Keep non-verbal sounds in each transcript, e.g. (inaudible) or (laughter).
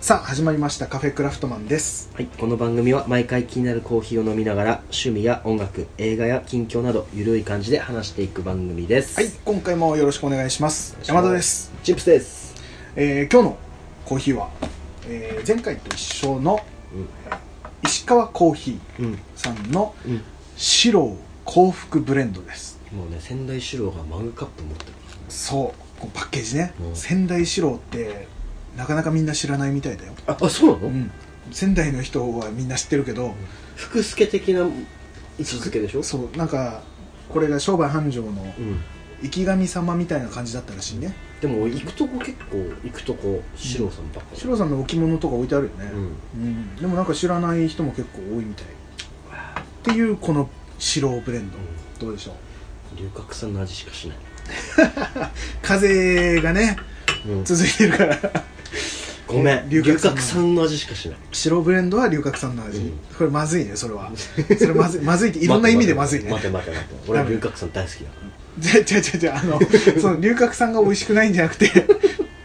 さあ始まりましたカフェクラフトマンですはい、この番組は毎回気になるコーヒーを飲みながら趣味や音楽映画や近況などゆるい感じで話していく番組ですはい今回もよろしくお願いします山田です、チップスですえー今日のコーヒーは、えー前回と一緒の石川コーヒうんうん、ーさんのうん、白幸福ブレンドですもうね仙台四郎がマグカップ持ってるそうこのパッケージね、うん仙台四郎ってなかなかみんな知らないみたいだよ、ああそうなの、うん、仙台の人はみんな知ってるけど、福助的な位置づけでしょそうなんかこれが商売繁盛のうん生き神様みたいな感じだったらしいねでも行くとこ結構行くとこ四郎さんばっか四郎さんの置物とか置いてあるよね、うんうん、でもなんか知らない人も結構多いみたいっていうこの白ブレンド、うんどうでしょう龍角散の味しかしない、風がねうん、続いてるからごめん龍龍角散の角散の味しかしない白ブレンドは龍角散の味、うんこれまずいねそれはそれまずいまずいっ (laughs) ていろんな意味でまずいね待て待て待て待て俺は龍角散大好きだからじゃじゃじゃじゃあの (laughs) その龍角散が美味しくないんじゃなくて (laughs)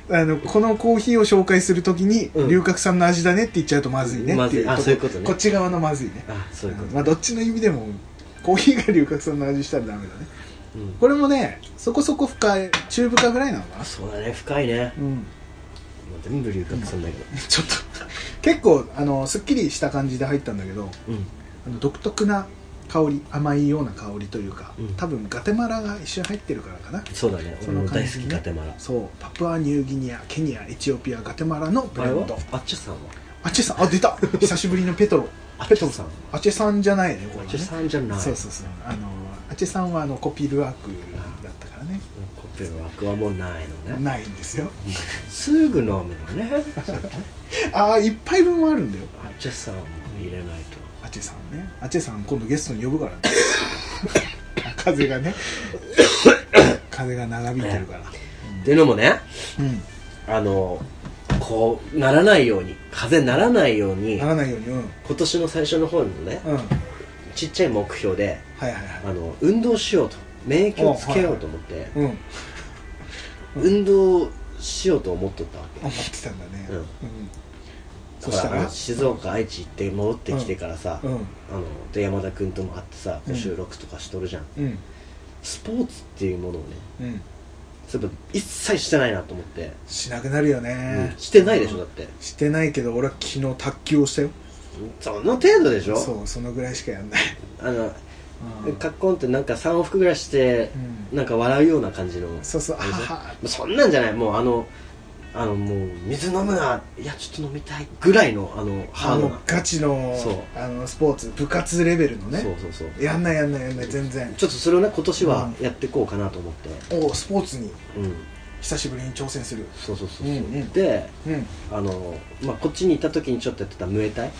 あのこのコーヒーを紹介するときに、うん龍角散の味だねって言っちゃうとまずいねまってずいいうあとこそういうことねこっち側のまずいねあそういうこうんと、まあどっちの意味でもコーヒーが龍角散の味したらダメだねうんこれもねそこそこ深い中深ぐらいなのかなそうだね深いねうんもう全部龍角散だけどちょっと結構あのすっきりした感じで入ったんだけどうんあの独特な香り甘いような香りというか、うん多分ガテマラが一緒に入ってるからかなそうだねそ俺のも感大じ好ねきガテマラそうパプアニューギニアケニアエチオピアガテマラのブあレれンはドあっちさんはあっちさんあ出た久しぶりのペトロあっペちトロさんはあっちさんじゃないねこれあっはちねさんじゃないそうそうそうあのあっちさんはあのコピールワークだったからねコペルワークはもうないのねないんですよすぐ飲むのねああ一杯分はあるんだよあっちさんも入れないとアチェさんねアチェさん今度ゲストに呼ぶ (laughs) からね風がね風が長引いてるから、っていうのもねうんあのこうならないように風邪ならないようにならないようにうんうん今年の最初の方のねはいちっちゃい目標ではいはあの運動しようと免疫をつけようと思っていうん思運動しようと思っとったわけってたんだねうんそしただかららあの静岡愛知行って戻ってきてからさ、うあんので山田君とも会ってさうん収録とかしとるじゃん、うんスポーツっていうものをねうんそういえば一切してないなと思って、しなくなるようんね、してないでしょだうっんてしてないけど俺は昨日卓球をしたよその程度でしょそうそのぐらいしかやんないあのうんカッコンってなんか3往復ぐらいして、うんなんか笑うような感じのそうそうああれでしょはもうそんなんじゃないもうあのあのもう水飲むないやちょっと飲みたいぐらいのあのハあードのなガチのそうあのスポーツ部活レベルのねそうそうそうやんないやんないやんない全然ちょっとそれをね今年はやっていこうかなと思っておうスポーツにうん久しぶりに挑戦するそうそうそうそう、うんうんでうんあの、まあ、こっちにいた時にちょっとやってたムエタイ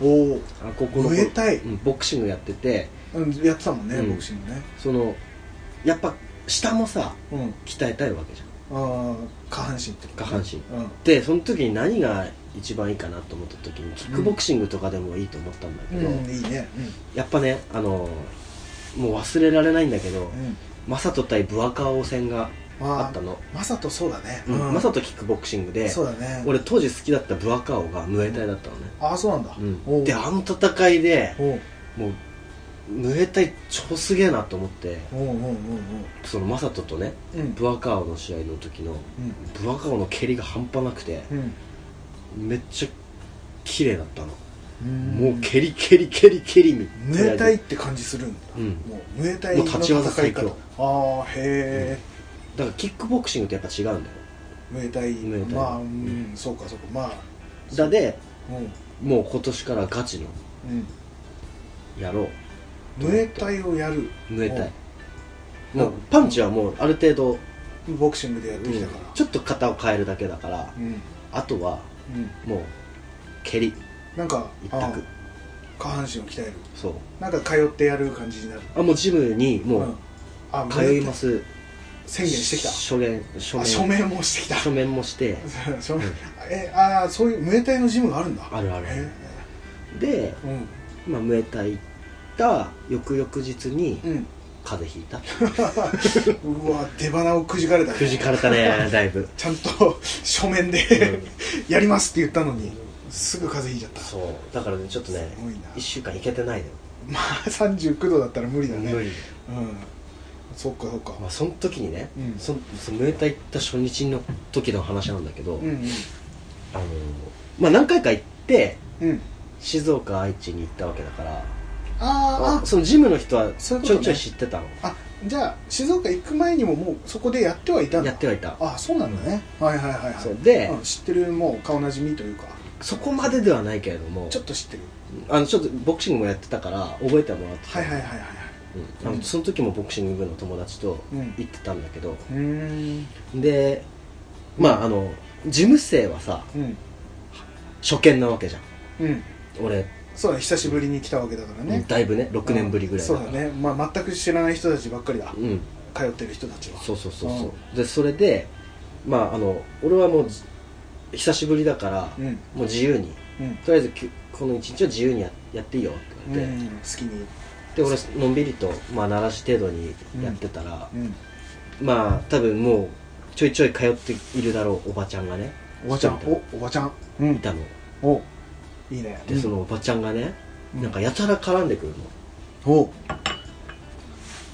おおあここのムエタイうんボクシングやっててやってたもんね、うんボクシングねそのやっぱ下もさうん鍛えたいわけじゃんあー下半身ってこと下半身うんでその時に何が一番いいかなと思った時にキックボクシングとかでもいいと思ったんだけど、うん、いいねやっぱねあのもう忘れられないんだけど、うん、うん、マサト対ブアカオ戦があったのの、マサトそうだね、うんマサトキックボクシングでそうだね俺当時好きだったブアカオがムエタイだったのね、ああそうなんだ、うおん、うであの戦いでおうもうムエタイ超すげえなと思っておうおうおうおうそのマサトとねうんブアカオの試合の時のうんブアカオの蹴りが半端なくてうんめっちゃ綺麗だったの、うんもう蹴り蹴り蹴り蹴りみムエタイって感じするんだ、うんもうムエタイのもう立ち技戦い最方強ああへえ、だからキックボクシングとやっぱ違うんだよムエタイムエタイまあうん、そうかそうかまあだでうんもう今年からガチのうんやろムエタイをやるうムエタイうんもうパンチはもうある程度、ボクシングでやってきたかちょっと型を変えるだけだかららうん、うんあとはもう蹴りなんか一あ択下半身を鍛えるそうなんか通ってやる感じになるあもうジムにもんあう通いますす、宣言してきた書面書あ面署名もしてきた書面もして (laughs) 署名えああそういうムエタイのジムがあるんだあるあるへでえまあムエタイ行った翌々日にうんうん (laughs) 風邪ひいたうわ出鼻をくじかれたくじかれた (laughs) ねだいぶちゃんと (laughs) 書面でやりますって言ったのにすぐ風邪ひいちゃったそうだからねちょっとねすごいな1週間行けてないのよまあ39度だったら無理だね無理うんそっかそっかまあその時にね、うんそそムエタ行った初日の時の話なんだけど、うんうんあのまあ何回か行ってうん静岡愛知に行ったわけだからあーそのジムの人はちそょういういこちとょねい知ってたの、ああじゃあ静岡行く前にももうそこでやってはいたんだやってはいたあそうなんだねはいはいはいはいそうでん知ってるもう顔なじみというかそこまでではないけれどもちょっと知ってるあのちょっとボクシングもやってたから覚えてもらってたはいはいはいはいはいうんあのその時もボクシング部の友達とうん行ってたんだけど、うーんでまああの事務生はさうん初見なわけじゃんうん俺、そうだ久しぶりに来たわけだからねだいぶね6年ぶりぐらいそだうからだね、まあ、全く知らない人たちばっかりだうん通ってる人たちはそうそうそうそうでそれでまああの俺はもうじ久しぶりだから、うんうんもう自由にとりあえずきゅこの一日は自由にややっていいよってう言われて、ん好きにで俺のんびりと、まあ、鳴らし程度にやってたらう、んまあ多分もうちょいちょい通っているだろうおばちゃんがねおばちゃん一人いおおばちゃんうたいたのおいいねでそのおばちゃんがね、うなんかやたら絡んでくるのお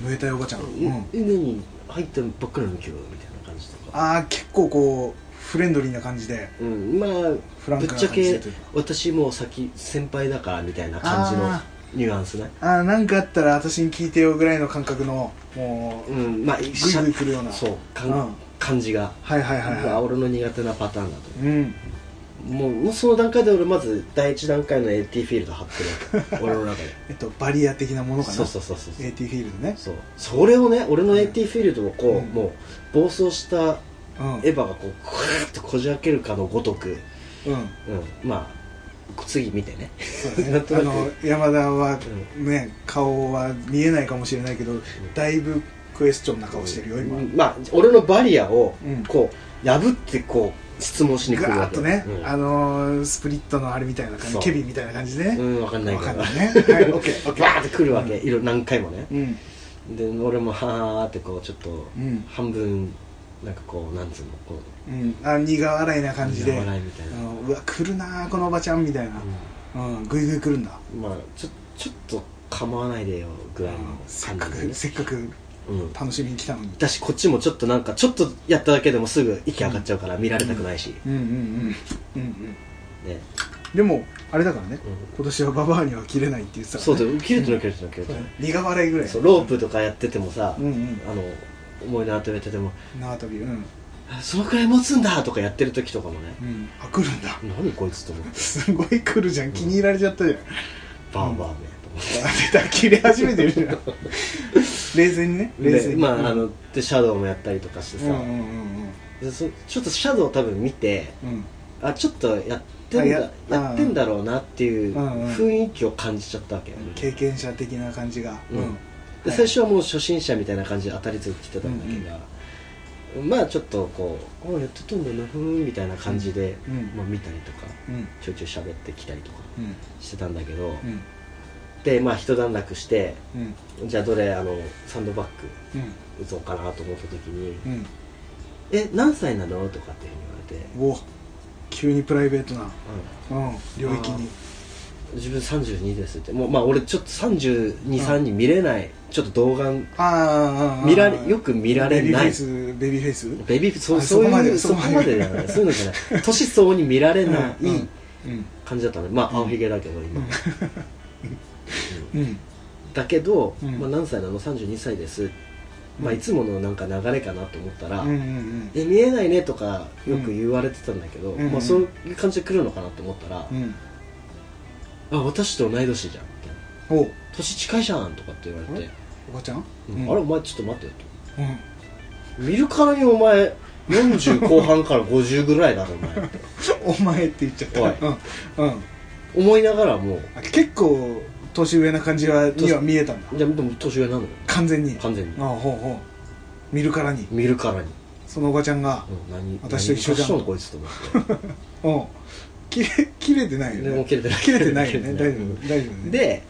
ムエタイおばちゃん、 「うえん、え何入ったばっかりなの今日」みたいな感じとかああ結構こうフレンドリーな感じでうんまフあランぶクっなちゃ感じでけというか私もう先先輩だからみたいな感じのあニュアンスねああ何かあったら私に聞いてよぐらいの感覚のもう、うんまあグイグイ来るようなそうかんうん感じが、はいはいはいまあは俺の苦手なパターンだというんもうもうその段階で俺まず第一段階の AT フィールド張っ (laughs) てる俺の中でえっとバリア的なものかなそうそうそうそう AT フィールドねそうそれをね俺の AT フィールドをこう、うんもう暴走したうんエヴァがこうクーッとこじ開けるかのごとく、うんうん、まあ次見てねそう (laughs) (laughs) だねなん、とあなくの山田はね、顔は見えないかもしれないけどだいぶクエスチョンな顔してるよ今、うんまあ俺のバリアをうんこう破ってこう質問しに来るガーわッけとね、うん、あのースプリットのあれみたいな感そじケうビンみたいな感じでうね、ん分かんないわけかどんないねはい (laughs) OK バーって来るわけ、いろ何回もねうんで俺もはーってこうちょっとうん半分なんかこうなんつうのこううんあ苦笑いな感じで苦笑いみたいなあのうわ来るなーこのおばちゃんみたいな、うんグイグイ来るんだ、まあちょちょっと構わないでよぐらいのせっ感かじで、くねせっかくうん、楽しみに来たのにだしこっちもちょっとなんかちょっとやっただけでもすぐ息上がっちゃうから見られたくないし、うんうんうんうんうんねでもあれだからね、うん今年はババアには切れないって言ってたかそら、うね、だよ切れてる切れてる切れてる苦笑いぐらいそうロープとかやっててもさ、うんうんあの思いの後やってても縄跳びうん、 「そのくらい持つんだ!」とかやってる時とかもねうん、あ来るんだ何こいつと思ってすごい来るじゃん気に入られちゃったじゃん、バーバーねと思って出た切れ始めてるじゃん冷静にね冷静でにまうんああのでシャドウもやったりとかしてうさ、んうんうんでそちょっとシャドウ多分見てうんあちょっとやってあんだややってんだろうなっていううんうん雰囲気を感じちゃったわけ、うん経験者的な感じがうんはでい最初はもう初心者みたいな感じで当たりつきてたんだけど、まあちょっとこう「あやってたんだなふーん」みたいな感じで、うんうんまあ、見たりとかうんちょいちょい喋ってきたりとかうんしてたんだけど、うんでまあ一段落してうんじゃあどれあのサンドバッグうん打とうかなと思った時に「うんえ何歳なの?」とかっていうふうに言われてお急にプライベートな、 「うん、領域にうん、自分32です」ってもうまあ俺ちょっと323に見れない、ちょっと童顔ああ見られよく見られなベいビーフェイスベビーフェイスベビーそうあそうそこまいうでそこまでじゃないそういうのじゃ (laughs) ない年相応に見られないうんうんうん感じだったのまあ青ひげだけど今、うんだけど、うんまあ、何歳なの32歳です、まあ、うんいつものなんか流れかなと思ったら、うんうんえ見えないねとかよく言われてたんだけど、うんまあ、そういう感じで来るのかなと思ったら、うんあ私と同い年じゃんみたいなおお年近いじゃんとかって言われて、ばちゃんうんうんあれお前ちょっと待ってようんと見るからにお前40後半から50ぐらいだろお前 (laughs) ってお前って言っちゃったおいうんうん思いながらもあ結構年上な感じはには見えたんだういやでも年上なのよ完全に完全にああほうほう見るからに見るからに、そのおばちゃんがうん、何私と一緒じゃん何しとんこいつと思ってうん切れ切れてないよでもね切れてない切れてないよね大丈切れてない夫大丈夫ねで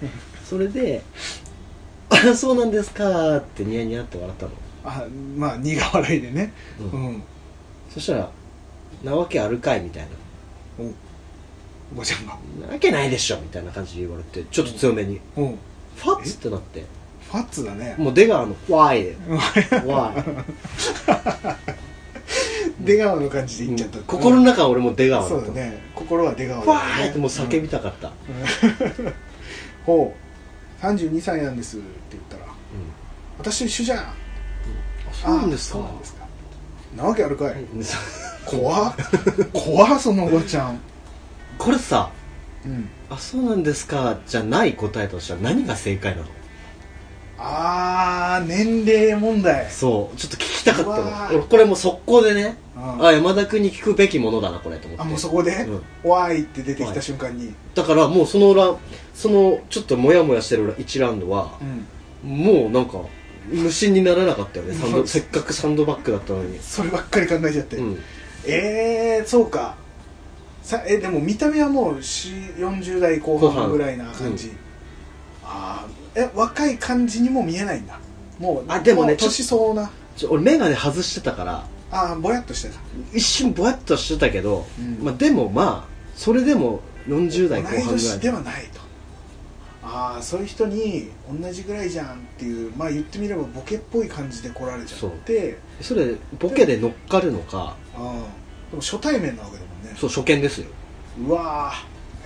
それで「 (laughs) あそうなんですか」ってニヤニヤって笑ったのあまあ苦笑いでねううんんそしたら「なわけあるかい」みたいなおおばちゃんが「なわけないでしょ」みたいな感じで言われてちょっと強めにうんフファッツってなってァッツだねもう出川の「ワイ」で「ワ (laughs) 出川の感じイで」 (laughs) 言っちゃった心の中は俺も出川だそうとだね心は出川ファーねってもう叫びたかった、うん (laughs) ほう32歳なんですって言ったら私と一緒じゃんあそうなんですかあそうなんですかなわけあるかいうんそう怖っ怖っそのおばちゃんこれさうん「あそうなんですか」じゃない答えとしては何が正解なのあー年齢問題そうちょっと聞きたかうわったーの俺これもう速攻でねうんあ山田君に聞くべきものだなこれと思ってあもうそこでう「んわーい」って出てきた瞬間にだからもうその裏そのちょっとモヤモヤしてる1ラウンドはう、んもうなんか無心にならなかったよねサンうドんせっかくサンドバッグだったのにそればっかり考えちゃってうんえーそうかさえでも見た目はもうし40代後後半半ぐらいな感じ、ああえ若い感じにも見えないんだもうあでもねう年相応なちょ俺眼鏡外してたからああぼやっとしてた一瞬ぼやっとしてたけど、うんまあ、でもまあそれでも40代後同い半ぐら年いではないとああそういう人に同じぐらいじゃんっていうまあ言ってみればボケっぽい感じで来られちゃってそれボケで乗っかるのかああでも初対面なわけだもんねそう初見ですようわ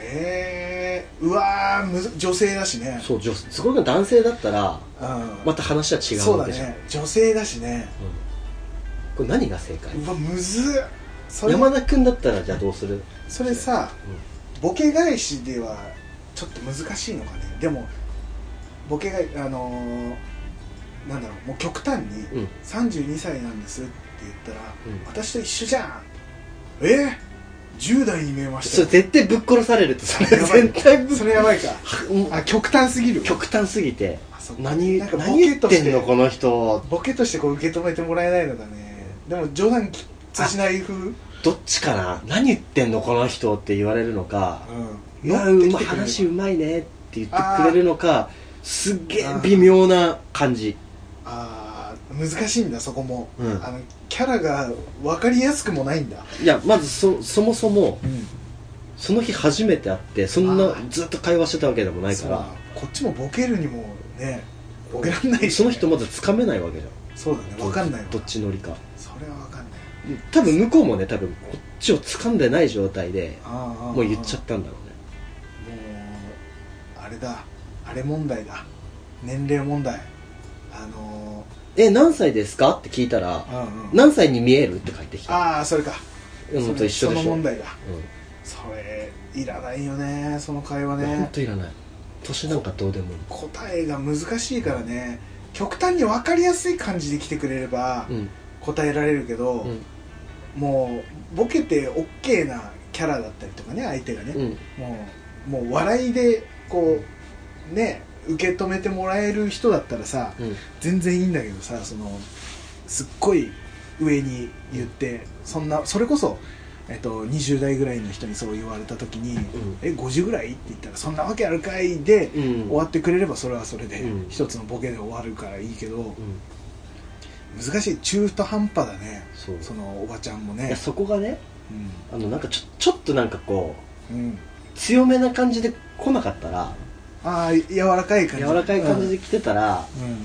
ーええー、うわーむず女性だしねそう女すごく男性だったらうんまた話は違そううわだけじゃん、ね女性だしねうんこれ何が正解うわむずっそれ山田君だったらじゃあどうするそれさ、ボケ返しではちょっと難しいのかねでもボケがあのーなんだろうもう極端にうん「32歳なんです」って言ったら「うん私と一緒じゃん!」えー、10代に見えましそたれ絶対ぶっ殺されるってそれやばい絶対ぶっそれやばいかうんあ極端すぎる極端すぎてあそっか何なんかボ何ケ言っとしててんのこの人ボケとしてこう受け止めてもらえないのだねでも冗談き通じない風うんどっちかな何言ってんのこの人って言われるのか「うわ乗うってきまてくれる話うまいね」って言ってくれるのかすっげえあー微妙な感じあー難しいんだそこも、うんあのキャラが分かりやすくもないんだ、いやまずそそもそもうん、その日初めて会ってそんあなーずっと会話してたわけでもないそかうらこっちもボケるにもねボケらんないしねその人まだつかめないわけじゃんそうだね分かんないわどっち乗りかそれは分かんない多分向こうもね多分こっちを掴んでない状態でああああもう言っちゃっもたんだろうねうあれだあれ問題だ年齢問題あのえ何歳ですかって聞いたらーうんうん何歳に見えるって返ってきたああそれかのと一緒そでのしょ問題だうそれいらないよねその会話ん本ね当いらない年なんかどうでもいい答えが難しいからね極端に分かりやすい感じで来てくれればうん答えられるけど、うんもうボケて OK なキャラだったりとかね相手がね、うんもうもう笑いでこうね受け止めてもらえる人だったらさうん全然いいんだけどさそのすっごい上に言ってそんなそれこそ、えっと、20代ぐらいの人にそう言われた時にん「え5時ぐらい?」って言ったら「そんなわけあるかい」でうん終わってくれればそれはそれでうん一つのボケで終わるからいいけどうん難しい中途半端だねそうそのおばちゃんもいねやそこがねあのなんかちょちょっとなんかこううん、うん、強めな感じで来なかったらああ柔らかい感じ柔らかい感じで来てたらうん、うんま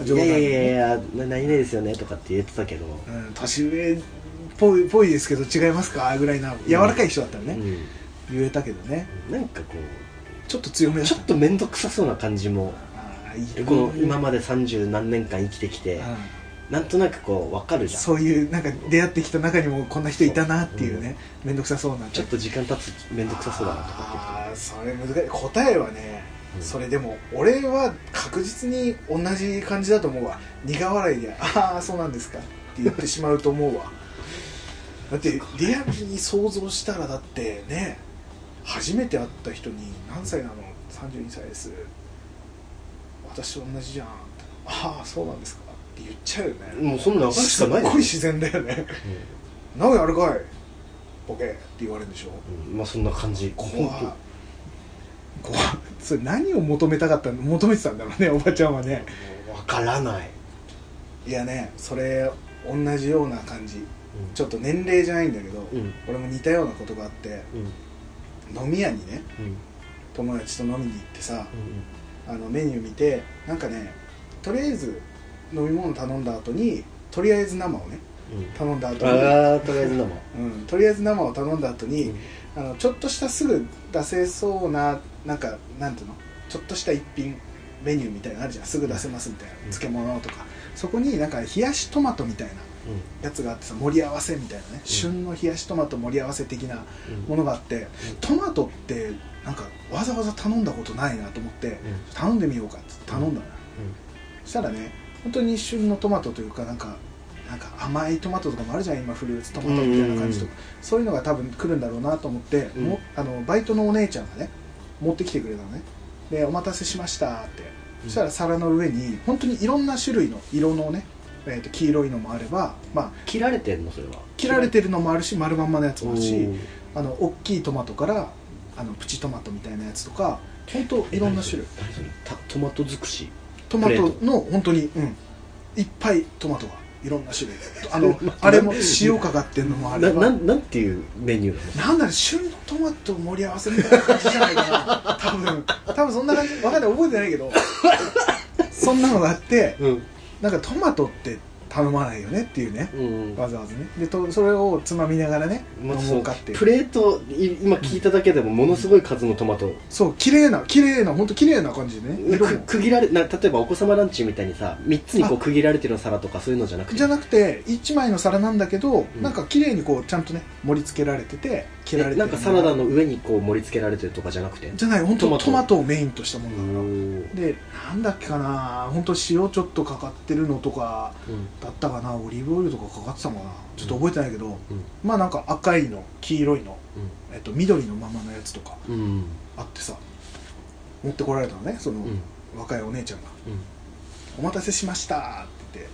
あ「い冗や談いでねやいやいやな何々ですよね」とかって言ってたけどうん、年上っぽいぽいですけど違いますかぐらいな柔らかい人だったらうね、ん言えたけどねなんかこうちょっと強めだちたょっと面倒くさそうな感じもああいいこの今まで三十何年間生きてきうてんなんとなくこう分かるじゃんそういうなんか出会ってきた中にもこんな人いたなっていうね面倒、くさそうなちょっと時間経つ面倒くさそうだなとかああそれ難しい答えはね、うんそれでも俺は確実に同じ感じだと思うわ苦笑いで「ああそうなんですか」って言ってしまうと思うわ (laughs) だってリアルに想像したらだってね初めて会った人に「何歳なの ?32 歳です」「私と同じじゃん」ああそうなんですか」って言っちゃうよってねもうそんな流しすかっないごよい自然だよ (laughs) ね「何やるかいボケ」って言われるんでしょうんまあそんな感じ怖っ怖っそれ何を求めたかったの求めてたんだろうね (laughs) おばちゃんはねもう分からない、いやねそれ同じような感じうん、ちょっと年齢じゃないんだけど、うん俺も似たようなことがあってうん飲み屋にねうん友達と飲みに行ってさうんあのメニュー見てなんかねとりあえず飲み物頼んだ後にとりあえず生をねうん頼んだ後に、ああとりあえず飲もうん、とりあえず生を頼んだ後うに、あのちょっとしたすぐ出せそうななんかなんていうのちょっとした一品メニューみたいなのあるじゃんすぐ出せますみたいなうん漬物とかそこになんか冷やしトマトみたいなやつがあってさ盛り合わせみたいなね、旬の冷やしトマト盛り合わせ的なものがあって、トマトってなんかわざわざ頼んだことないなと思って頼んでみようかって頼んだのよそしたらね本当に旬のトマトというかなんかなんか甘いトマトとかもあるじゃん今フルーツトマトみたいな感じとか、そういうのが多分来るんだろうなと思って、うんもあのバイトのお姉ちゃんがね持ってきてくれたのねで「お待たせしました」ってそしたら皿の上に本当にいろんな種類の色のね、えー、と黄色いのもあれば、まあ、切られてんのそれは切られてるのもあるし丸まんまのやつもあるしうんあの大きいトマトからあのプチトマトみたいなやつとか本当いろんな種類何それたトマト尽くしトマトの本当にうんいっぱいトマトがいろんな種 (laughs) 類あのまああれも塩かかってんのもあなればななんんなんていうメニューなのだろう旬のトマトを盛り合わせみたいな感じじゃないかな多分多分そんな感じわかんない覚えてないけど (laughs) そんなのがあってうんなんかトマトって頼まないよねっていうねうんわざわざねでとそれをつまみながらね飲もうかっていうプレートい今聞いただけでもものすごい数のトマト、そう綺麗な綺麗な本当綺麗な感じでね色くも区切られな例えばお子様ランチみたいにさ3つにこう区切られてる皿とかそういうのじゃなくてじゃなくて1枚の皿なんだけど、うんなんか綺麗にこうちゃんとね盛り付けられてて切られてえるなんかサラダの上にこう盛り付けられてるとかじゃなくてじゃない本当トマトトトマトをメインとしたもうのだから、んでなんだっけかな本当塩ちょっとかかってるのとかうんだったかなオリーブオイルとかかかってたのかなちょっと覚えてないけど、うんまあなんか赤いの黄色いの、えっと、緑のままのやつとかうんうんあってさ持ってこられたのねその、うん若いお姉ちゃんがうん「お待たせしました」って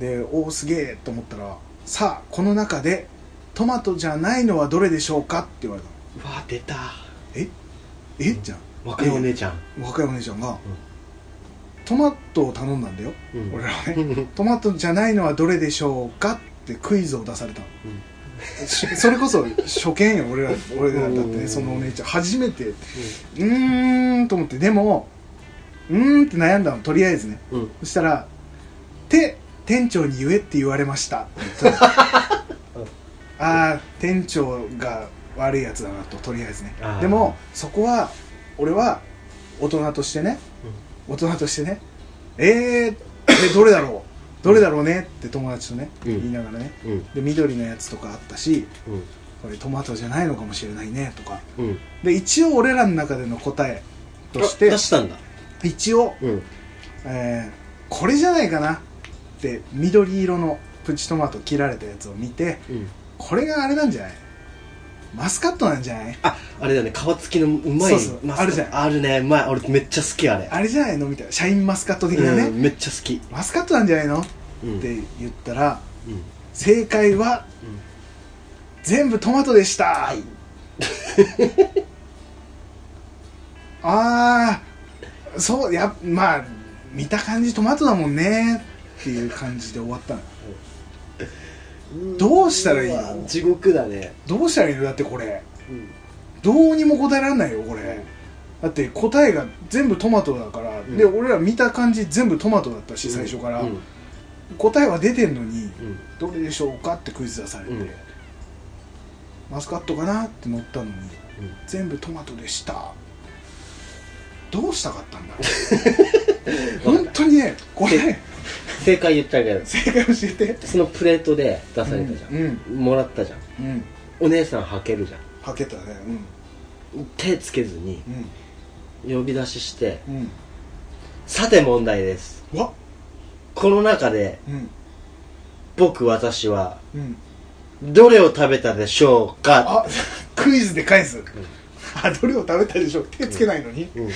言ってでおおすげえと思ったら「さあこの中でトマトじゃないのはどれでしょうか?」って言われたのうわ出た「ええじゃん若いお姉ちゃん、若いお姉ちゃんが、トマトを頼んだんだよ、うん俺らはうねんトマトじゃないのはどれでしょうかってクイズを出されたのしそれこそ初見よ俺ら俺らだってうねんそのお姉ちゃん初めてうーんと思ってでもうーんって悩んだのとりあえずねうんうんそしたら「て店長に言え」って言われましたって言ったの (laughs) ああ店長が悪いやつだなととりあえずねあーでもそこは俺は大人としてね大人としてね「えー、えどれだろうどれだろうね」って友達とね、うん言いながらねうんで緑のやつとかあったしうんこれトマトじゃないのかもしれないねとかうんで一応俺らの中での答えとしあて出したんだ一応うんえーこれじゃないかなって緑色のプチトマト切られたやつを見てうんこれがあれなんじゃないマスカットなんじゃないああれだね皮付きのうまいそうそうマスカあットるじゃんあるねうまい俺めっちゃ好きあれあれじゃないのみたいなシャインマスカット的なね、うんめっちゃ好きマスカットなんじゃないのっうんて言ったらうん正解は全部トマトでした、ああそうやまあ見た感じトマトだもんねっていう感じで終わったのうんどうしたらいいうのわ地獄だねどうしたらいいのだってこれうんどうにも答えられないよこれだって答えが全部トマトだから、んで俺ら見た感じ全部トマトだったし最初から、うんうん答えは出てんのに、うんどれでしょうかってクイズ出されて、うんマスカットかなって乗ったのに全部トマトでしたどうしたか (laughs) ったんだろうわか本った当にねこれ正解言ってあげる正解教えてそのプレートで出されたじゃん、うんもらったじゃんうん、うん、お姉さんはけるじゃんはけたね手つけずにうん呼び出ししてうんうんさて問題ですうわこの中でうん僕私はうんどれを食べたでしょうか、あクイズで返す、あどれを食べたでしょう手つけないのに、うん、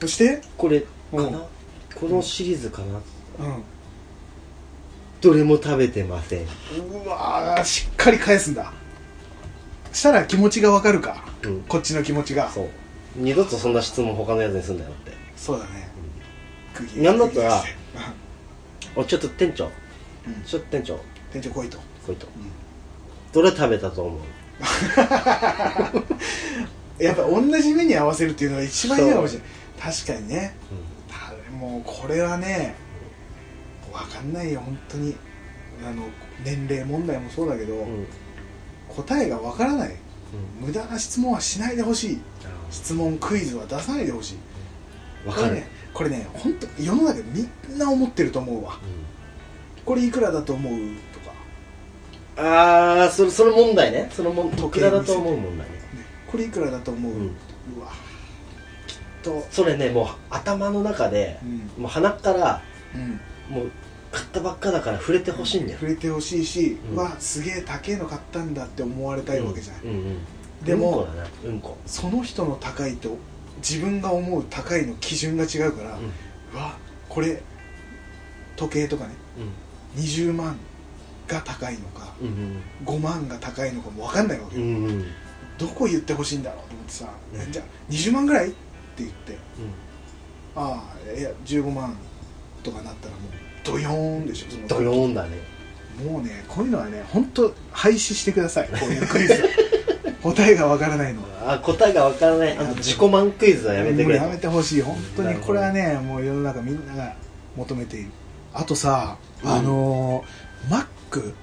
そしてこれかうな、んこのシリーズかなうどれも食べてません、んうわーしっかり返すんだしたら気持ちがわかるか、うんこっちの気持ちがそう二度とそんな質問他のやつにすんだよってそうだね釘なんだったら釘刺しておちょっと店長うんうんちょっと店長店長来いと、こいとう、どれ食べたと思うんやっぱ同じ目に合わせるっていうのが一番いいのかもしれない確かにねたもうこれはね分かんないよ本当にあの年齢問題もそうだけど、うんうん答えが分からない無駄な質問はしないでほしい質問クイズは出さないでほしい分かこれるねこれね本当世の中みんな思ってると思うわこれいくらだと思うとか、うんああそれその問題ねその問時徳計見せ田てだと思う問題ねね、これいくらだと思う、うんうわきっとそれねもう頭の中でうんもう鼻からうんもう買ったばっかだから触れてほしいんだよ触れてほしいし、ううんわすげえ高いの買ったんだって思われたいわけじゃない、うんうんでもうんこだなうんこその人の高いと自分が思う高いの基準が違うから、ううんわこれ時計とかね20万が高いのかうんうん5万が高いのかも分かんないわけうよ、んうんうんどこ言ってほしいんだろうと思ってさ、うんじゃあ20万ぐらいって言ってああいや15万とかなったらもうドヨーンでしょそのドヨーンだねもうねこういうのはね本当廃止してくださいこういうクイ (laughs) ズ答えがわからないのはあ答えがわからないあの自己満クイズはやめてくもうれやめてほしい本当なにるこほどれはねもう世の中みんなが求めているあとさうんあのーマック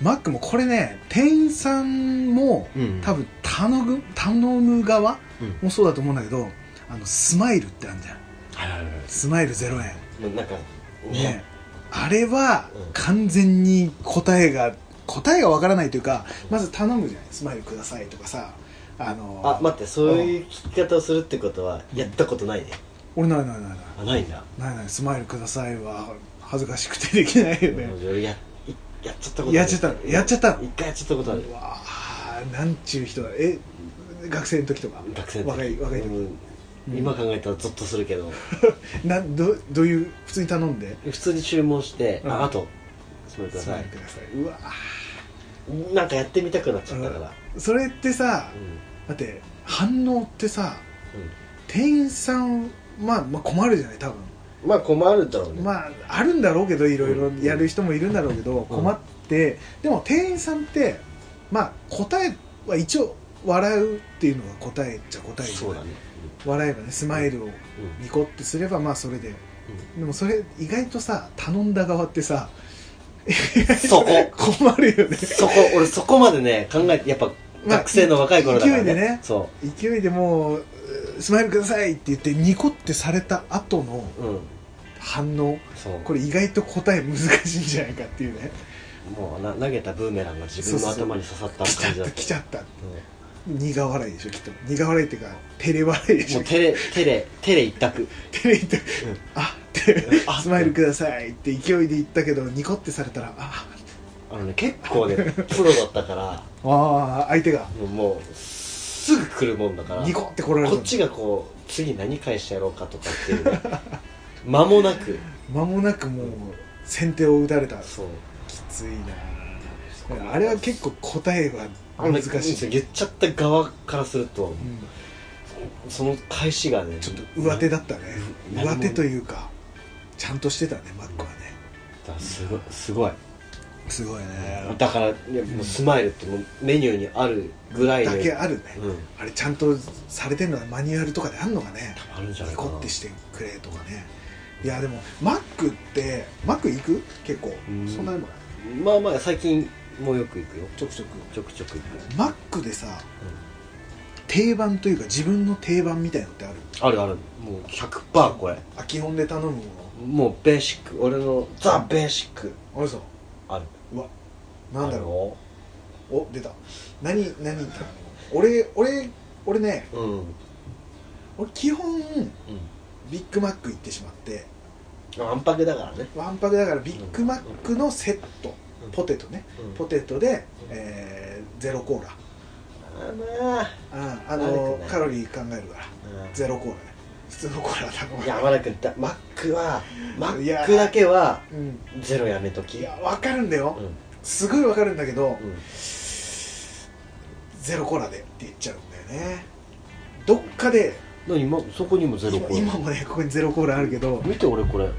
マックもこれね店員さんもうん多分頼む頼む側うんもそうだと思うんだけどあのスマイルってあるじゃんはいはいはいスマイル0円もうなんかねあれはうん完全に答えが答えがわからないというかまず頼むじゃないスマイルくださいとかさあのあ待ってそういう聞き方をするってことはやったことないね俺ないないないないあないんだないないスマイルくださいは恥ずかしくてできないよね俺やいやっちゃったことあるやっちゃったやっちゃった一回やっちゃったことあるうわあなんちゅう人だえ学生の時とか学生の時若い若い時、うん今考えたらゾッとするけどなどどういう普通に頼んで普通に注文してうんああとそれくだスさマイいルくださいうわあなんかやってみたくなっちゃったからそれってさうんだって反応ってさ店員さんまあ、まあ、困るじゃない多分うんまあ困るだろうねまああるんだろうけどいろいろうんやる人もいるんだろうけど困ってでも店員さんってまあ答えは一応笑うっていうのが答えっちゃ答えじゃそうなだいね笑えばねスマイルをうんうんニコってすればまあそれででもそれ意外とさ頼んだ側ってさそこ (laughs) 困るよねそこ俺そこまでね考えてやっぱまあ学生の若い頃だから勢いでねそ勢いでもう「スマイルください」って言ってニコってされた後のううん反応そうこれ意外と答え難しいんじゃないかっていうねもうな投げたブーメランが自分の頭に刺さった来ちゃ感っじだたっ来たちゃった苦笑いでしょきっと苦笑いっていうか照れ笑いでうんしもょうテレテレテレ一択照れって、んあってあ (laughs) スマイルくださいって勢いで言ったけどニコってされたらああのね結構ねプロだったからあー相手がもうもうすぐ来るもんだからニコって来られこたっちがこう次何返してやろうかとかっていうね間もなく間もなくもう先手を打たれたきそうついなあれは結構答えは難しい、言っちゃった側からするとうんその返しがねちょっと上手だったねうん上手というかちゃんとしてたねマックはねだすごいすごいすごいねだからいやもうスマイルってもうメニューにあるぐらいだでけあるね、うんあれちゃんとされてるのはマニュアルとかであんのかねあるんじゃなニいかなコってしてくれとかねいやでもマックってマック行く結構うんそんなでもないまあまあ最近もよく行くよちょくちょくちょくちょく行く、マックでさ定番というか自分の定番みたいのってあるあるあるもう100%これあ基本で頼むものもうベーシック俺のザ・ベーシックあれさあるうわなんだろろうお出た何何頼む俺俺俺ねううん、うん、俺基本ビッグマック行ってしまってあんぱけだからね、わんぱくだからビッグマックのセットうんポテトねうんポテトで、えーゼロコーラあまあああ悪のくないカロリー考えるからゼロコーラね普通のコーラだもん山田君だマックはマいやックだけはうんゼロやめときいや分かるんだよ、うんうんすごい分かるんだけど、ゼロコーラでって言っちゃうんだよねどっかでな今そこにもゼロ今コ今ーもねここにゼロコーラあるけどラ見て俺これ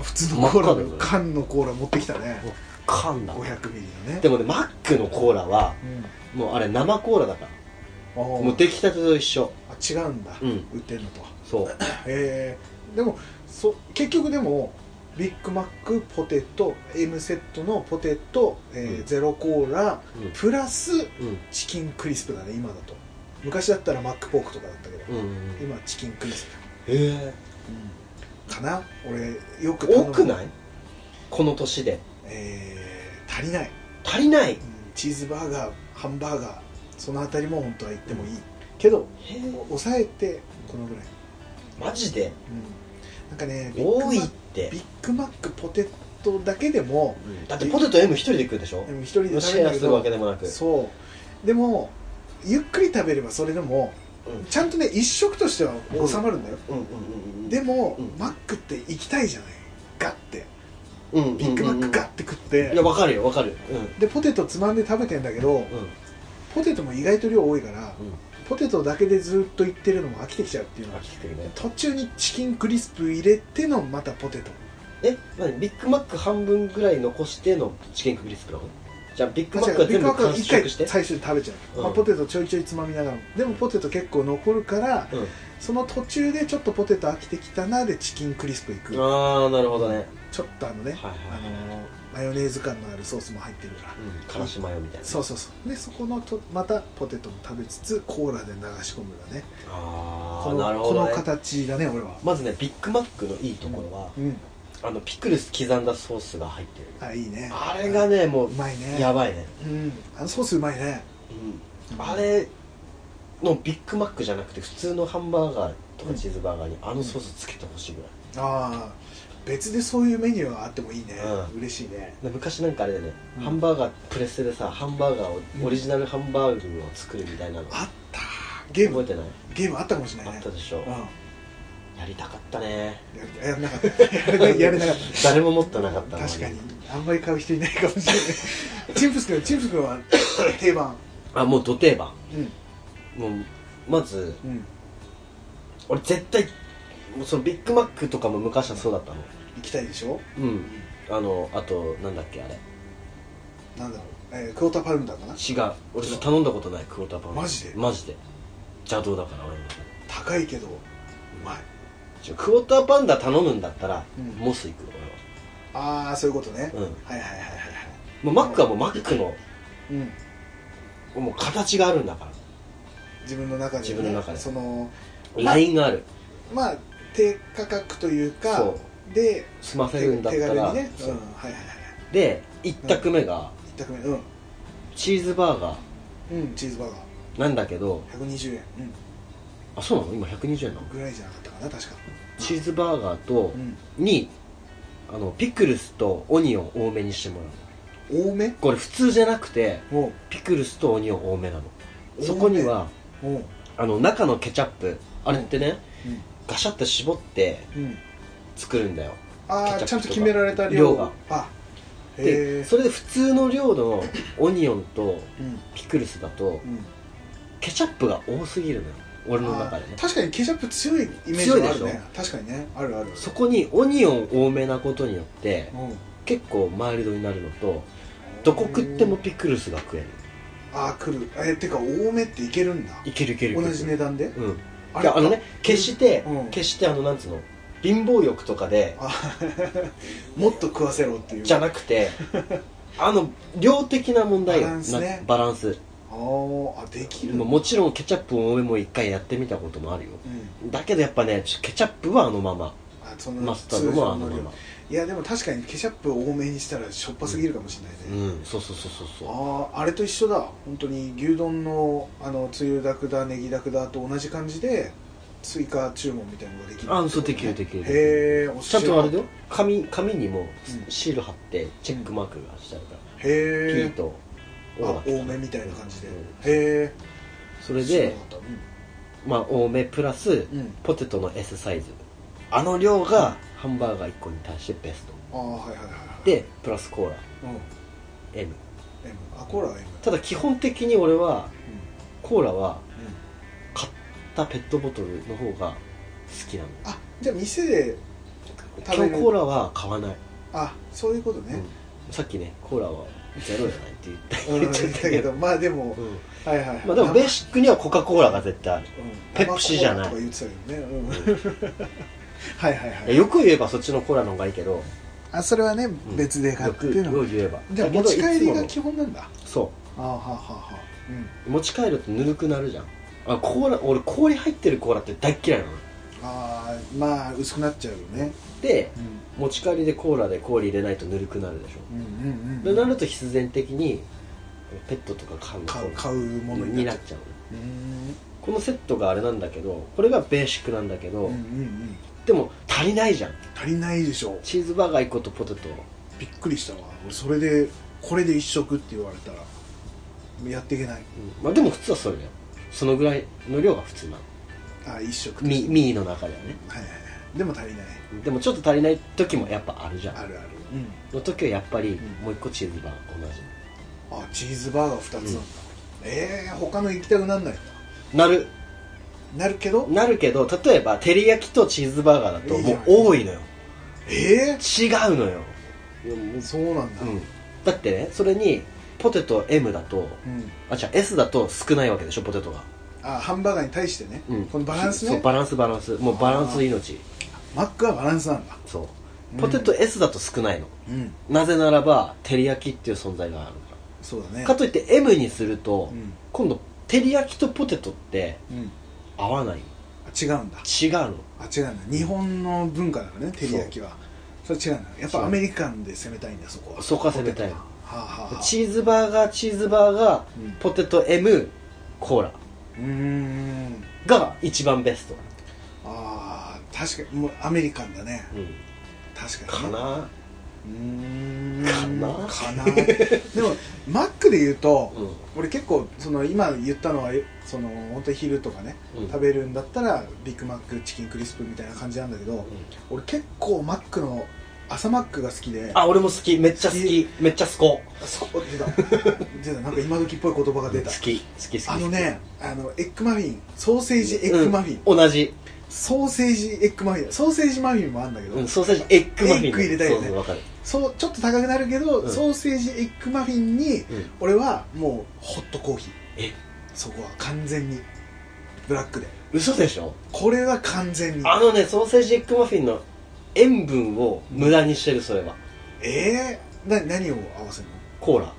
普通のコーラ真っ赤だのよ缶のコーラ持ってきたね缶だ500ミリのねでもねマックのコーラはもうあれ生コーラだからうんもう出来たてと一緒あ違うんだ、うん売ってんのとそうえーでもそ結局でもビッグマックポテト M セットのポテト、えーうんゼロコーラプラスうんうんチキンクリスプだね今だと昔だったらマックポークとかだったけど、うんうん今はチキンクリスプ、へえかな俺よく頼多むくないこの年でえー足りない、足りないへうんチーズバーガーハンバーガーそのあたりも本当は言ってもいい、けどえ抑えてこのぐらい、マジでうん、なんかねビッグマ多いッっクてビッグマックポテトだけでもうんだってポテト M 一人で食うでしょでも一人で食シべるんだェアけするわどけでもなくそうでもゆっくり食べればそれでもうんちゃんとね一食としては収まるんだよ、うんうんうんでも、うんマックって行きたいじゃないガッてうんうんうんうんビッグマックガッて食って、いやわかるよわかるうでポテトつまんで食べてんだけど、んうんポテトも意外と量多いから、ポテトだけでずっといってるのも飽きてきちゃうっていうの飽がきてくるね途中にチキンクリスプ入れてのまたポテトえ何ビッグマック半分ぐらい残してのチキンクリスプなのじゃあビッグあマ違ッうクはビッグ全部マックは完一回食して最初に食べちゃう、うんまあ、ポテトちょいちょいつまみながらもでもポテト結構残るからうんその途中でちょっとポテト飽きてきたなでチキンクリスプいくちょああなるほどねっとあのね、はいはいあのマヨネーズ感のあるソースも入ってるからうんからしマヨみたいなそうそうそうでそこのとまたポテトも食べつつコーラで流し込むよねあこあのなるほどこねの形だね俺はまずねビッグマックのいいところはうんあのピクルス刻んだソースが入ってるあいいねあれがねもうまいねうやばいねうんあのソースうまいねうんあれのビッグマックじゃなくて普通のハンバーガーとかチーズバーガーにあのソースつけてほしいぐらいああ別でそういうメニューがあってもいいね、う嬉しいねで昔なんかあれだよね、うんハンバーガープレステでさハンバーガーをオリジナルハンバーグを作るみたいなの、あったゲーム覚えてない、ゲームあったかもしれないあねったでしょ、うやりたかったねんややんなかった (laughs) やれなやれなかっ誰も持ってなかった (laughs) たの確かにあんまり買う人いないかもしれないチンプス君チンプス君は定番あもう土定番うんもうまずうん俺絶対もうそのビッグマックとかも昔はそうだったの行きたいでしょうんあのあとなんだっけあれなんだろう、えー、クォーターパウンダーかな違う俺それ頼んだことないクォーターパンマジでマジで邪道だから俺の中で高いけどうまいちょクォーターパンダ頼むんだったら、うんモス行くああそういうことね、俺は、はいはいはいはいうん、もうマックはもうマックのはいうんもう形があるんだから自分の中で、ね、自分の中でそのまあラインがあるまあ低価格というかそで済ませ手るんだっ手た軽ら、にね、うん、そはいうはいはいはいで1択目が一択目うんチーズバーガうんチーズバーガーなんだけどー120円、うん、あそうなの今120円なのぐらいじゃなかったかな確かチーズバーガーと、うんにあのピクルスとオニオン多めにしてもらう多めこれ普通じゃなくておうピクルスとオニオン多めなのそこにはおうあの中のケチャップあれってねうんガシャッと絞ってうん作るんだよああケちチゃャんとップとか決められた量量があへでえそれで普通の量のオニオンとうんピクルスだとうんケチャップが多すぎるのよ俺の中であねー確かにケチャップ強いイメージはある強いでね確かにねあるあるそこにオニオン多めなことによってうん結構マイルドになるのとどこ食ってもピクルスが食えるああ来るえてか多めっていけるんだいけるいけるいけ同るじ値段でうんあいやあのね決して、うん決してあのなんつうの貧乏欲とかであもっと食わせろっていうじゃな (laughs) くてあの量的な問題よバランスねなバランスあーあできるもうもちろんケチャップ多めも一回やってみたこともあるようんだけどやっぱねちょケチャップはあのままあそのマスタードもあの通ま常まいやでも確かにケチャップ多めにしたらしょっぱすぎるかもしれないね、うんそうそうそうそうそうあああれと一緒だ本当に牛丼のあのつゆだくだネギだくだと同じ感じで追加注文みたいなのができるあそうできるできるへえおっしちゃゃんるとあれだよ紙紙にもうんシール貼ってチェックマークがしてあるから、ピへーえとあが多めみたいな感じで、うんへそえれで知らなかったまあ多めプラスうん、うん、ポテトの S サイズあの量がハンバーガー1個に対してベストああはいはいはいはい、でプラスコーうラん、 M M あコーラは M ただ基本的に俺はうコーラはん買ったペットボトルの方が好きなのあじゃあ店で食べ今日るコーラは買わない、あそういうことね、うんさっきねコーラはゼロじゃないって言ったうん、言ってたけどまあでも、うんはいはいはいまあでもベーシックにはコカ・コーラが絶対あるうんペプシじゃない生コーラとか言ってたけどね、うん、 (laughs) はいはいはいやいよく言えばそっちのコーラの方がいいけど、あそれはねうん別で買うっていうよのく言えばじゃあだけ持どち帰りいつもがの基本なんだそあーはあはあはあうんう持ち帰るとぬるくなるじゃんあコーラ俺氷入ってるコーラって大嫌いなのああまあ薄くなっちゃうよね、でうん、持ち帰りでコーラで氷入れないとぬるくなるでしょうんうんでうんなると必然的にペットとか飼う買う買うものににななっっちゃちゃうのううーんこのセットがあれなんだけどこれがベーシックなんだけど、うんうんうんでも足りないじゃん足りないでしょチーズバーガー1個とポテトびっくりしたわ俺それでこれで一食って言われたらやっていけないうんまあ、でも普通はそれだよそのぐらいの量が普通なのあ一食とミミーの中ではねはいはいはいでも足りないでもちょっと足りない時もやっぱあるじゃんあるあるの時はやっぱりんもう一個チーズバーガー同うんあチーズバーガー2つなんだ、ええー、他の行きたくなんないんだじなるなるけどなるけど例えば照り焼きとチーズバーガーだともう多いのよええ違うのよいやもうー、そうなんだ、うん、だってねそれにポテト M だとうんあじゃ S だと少ないわけでしょポテトが、あハンバーガーに対してね、うん、このバランスそうねバランスバランスもうバランス命マックはバランスなんだそううんポテト S だと少ないの、うんなぜならば照り焼きっていう存在があるかそうだら、ねかといって M にすると、うん、今度照り焼きとポテトってうん、合わないあ違うんだ違うのあ違うんだ日本の文化だからね照り焼きはそれ違うんだやっそうぱアメリカンで攻めたいんだそこはそこは攻めたいポテトははあ、はあはあ、チーズバーガーチーズバーガーうんポテト M コーラうーんが一番ベスト、ああ確かにもうアメリカンだねうん、確かかにねなうーんかなかなでもマックで言うと、うん俺結構その今言ったのはその本当に昼とかね、うん食べるんだったらビッグマックチキンクリスプみたいな感じなんだけど、俺結構マックの朝マックが好きであ俺も好きめっちゃ好きめっちゃ好こそこ出た出たなんか今時っぽい言葉が出好たき好き好きあのねあのエッグマフィンソーセージエッグマフィン、うん同じ、ソーセージエッグマフィンソーセージマフィンもあるんだけど、うん、ソーセージエッグマフィンエッグ入れたいよねそうそうわかる、そうちょっと高くなるけど、うんソーセージエッグマフィンにうん、俺はもうホットコーヒーえそこは完全にブラックで嘘でしょこれは完全にあのねソーセージエッグマフィンの塩分を無駄にしてるそれはえー、な何を合わせるの (laughs) コーラ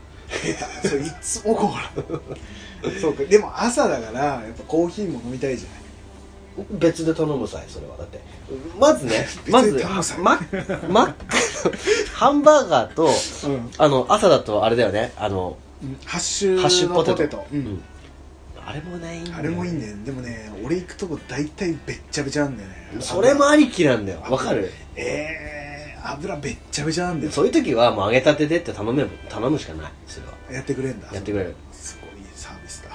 それいつもコーラ (laughs) そうかでも朝だからやっぱコーヒーも飲みたいじゃない別で頼むさえそれはだってまずね (laughs) 別までず頼むさえマックマックの (laughs) ハンバーガーとうんあの朝だとあれだよねあのハッシュハッシュのポポテテトトううんんあれもねいいんだよあれもいいんだよねでもね俺行くとこ大体べっちゃべちゃなんだよねそれもありきなんだよわかるええー、油べっちゃべちゃなんだよそういう時はもう揚げたてでって頼めば頼むしかないそれはやってくれんだやってくれるすごいサービスだ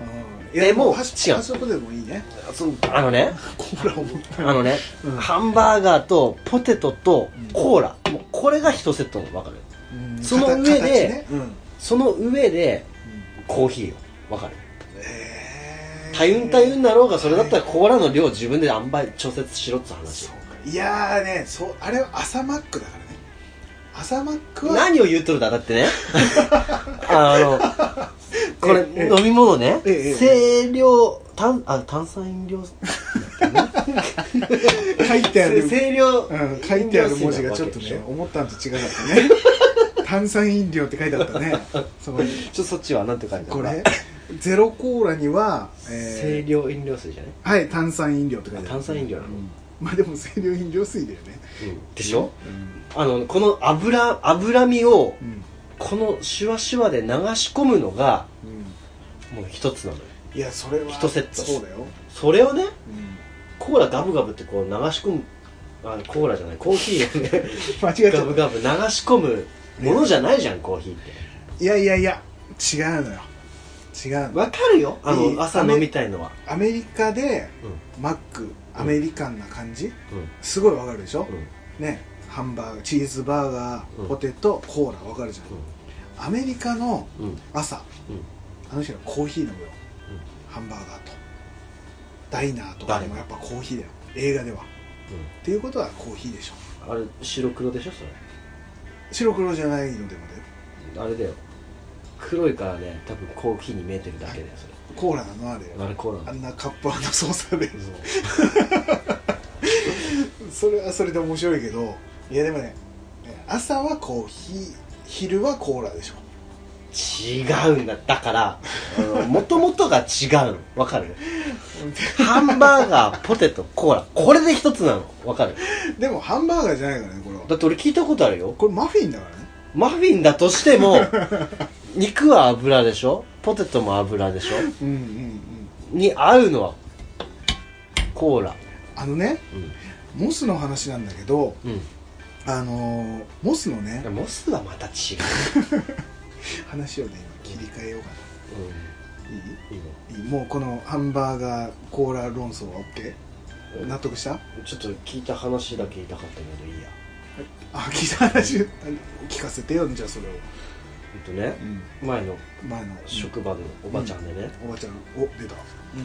うんでいやもハッシ違ュうハッシュポテトもいいねそのあのねコーラを持ったあのね、うんハンバーガーとポテトとうんコーラ、もうこれが一セットのわかるうんその上形でねうんうんその上でコーヒーよわかるえータユンタユンだろうがそれだったらコーラの量自分で塩梅調節しろって話そうかいやーねそうあれは朝マックだからね朝マックは何を言うとるだだっ (laughs) てねあのこれええ飲み物ねええええ清涼炭あ炭酸飲料書いてある清涼うん、書いてある文字がちょっと飲料水なわけでしねょ思ったんと違かったね (laughs) 炭酸飲料って書いてあったねそのちょっとそっちはなんて書いてあるこれゼロコーラには、清え涼飲料水じゃない、ー、はい炭酸飲料って書いてある炭酸飲料なのうんまあでも清涼飲料水だよねでしょ、うんあのこの脂脂身をうんこのシュワシュワで流し込むのがうんもう一つなのよいやそれは一セットそうだよ、それをねうん、コーラガブガブってこう流し込むあコーラじゃないコーヒーをね間違っちゃっガたブガブ流し込むものじゃないじゃんコーヒーっいてやいやいや違うのよ違うのわかるよあの、いい朝飲みたいのはアメリカでうマックアメリカンな感じんうんすごいわかるでしょうんうんねハンバーガーチーズバーガうんーポテトコーラわかるじゃんアメリカのうん朝うんあの人がコーヒー飲むようんハンバーガーとダイナーとかでもやっぱコーヒーだよ映画ではっていうことはコーヒーでしょあれ白黒でしょそれ白黒じゃないのでもねあれだよ黒いからね多分コーヒーに見えてるだけだよそれコーラなのあれあれコーラあなんなカップの操作で (laughs) のそれはそれで面白いけどいやでもね朝はコーヒー昼はコーラでしょ違うんだだからもともとが違うのわかるハンバーガーポテトコーラこれで一つなのわかるでもハンバーガーじゃないからねこれはだって俺聞いたことあるよこれマフィンだからねマフィンだとしても肉は油でしょポテトも油でしょうんうんうんに合うのはコーラあのねうモスの話なんだけどん、あのーモスのねうん、モスはまた違話をね今切り替えようかう、ないいうん、いいねいいもうこのハンバーガーコーラ論争は OK 納得したちょっと聞いた話だけ言いたかったけどいいやあ聞いた話聞かせてよじゃあそれを、えっとね前の前の職場のおばちゃんでね、おばちゃんお出た、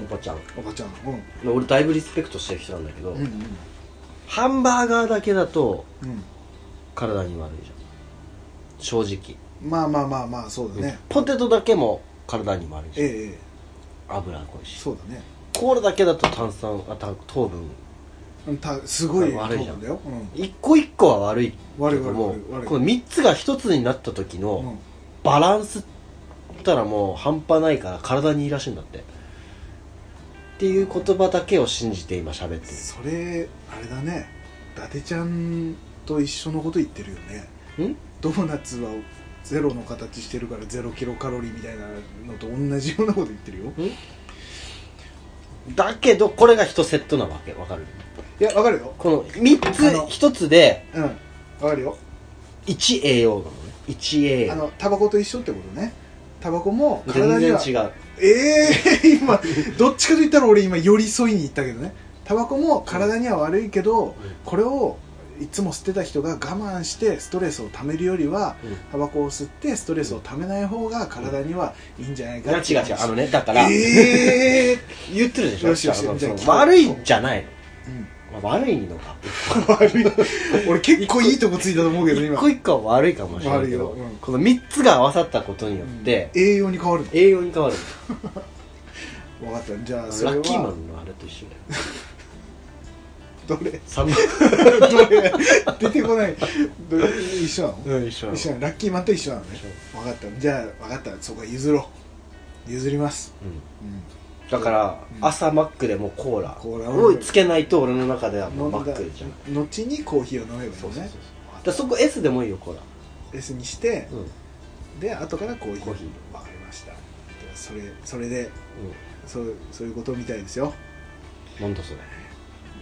おばちゃんおばちゃんうん俺だいぶリスペクトしてる人なんだけど、うんうんハンバーガーだけだとうん体に悪いじゃん正直、まあまあまあまあそうだね、ポテトだけも体にも悪いし、ええええ油濃いしそうだねコーラだけだと炭酸あた糖分うんたすごい悪いじゃんトークだよ、一個一個は悪い悪けい悪いども悪い悪いこの3つが1つになった時うんうのんバランスったらもう半端ないから体にいいらしいんだってっていう言葉だけを信じて今喋ってるそれあれだね伊達ちゃんと一緒のこと言ってるよねんドーナツはゼロの形してるからゼロキロカロリーみたいなのと同じようなこと言ってるよだけどこれが1セットなわけわかるいやわかるよこの3つあの1つでうんわかるよ1栄養なのね1栄あ養のタバコと一緒ってことねタバコも体全に然は違うええー、 (laughs) 今どっちかと言ったら俺今寄り添いに行ったけどねタバコも体には悪いけど、これをいつも吸ってた人が我慢してストレスをためるよりはうんタバコを吸ってストレスをためない方が体にはいいんじゃないいかやって違う違うあのねだから、ええ言ってるでしょよしよしだからじゃあ聞そこのう悪いんじゃないーうんの、まあ、悪いのか悪い俺結構いいとこついたと思うけど一今個一個は悪いかもしれないけど、悪いようんこの3つが合わさったことによって、栄養に変わるの栄養に変わる分かったじゃラあそれはッキーマンのあれと一緒だよどれ三ど (laughs) れ出てこないどれ一緒なの番一緒なの一緒なのラッキーマンと一緒なのね分かったじゃあ分かったそこは譲ろう譲ります、うんうん、だから、うん朝マックでもコーラコーラををつけないと俺の中ではもうマックじゃんだか後にコーヒーを飲めばいいのねそうそうそうだらそこ S でもいいよコーラ、 S にしてうんで後からコーヒーコーヒー分かりましたではそれそれでそうそういうことみたいですよなんだそれ、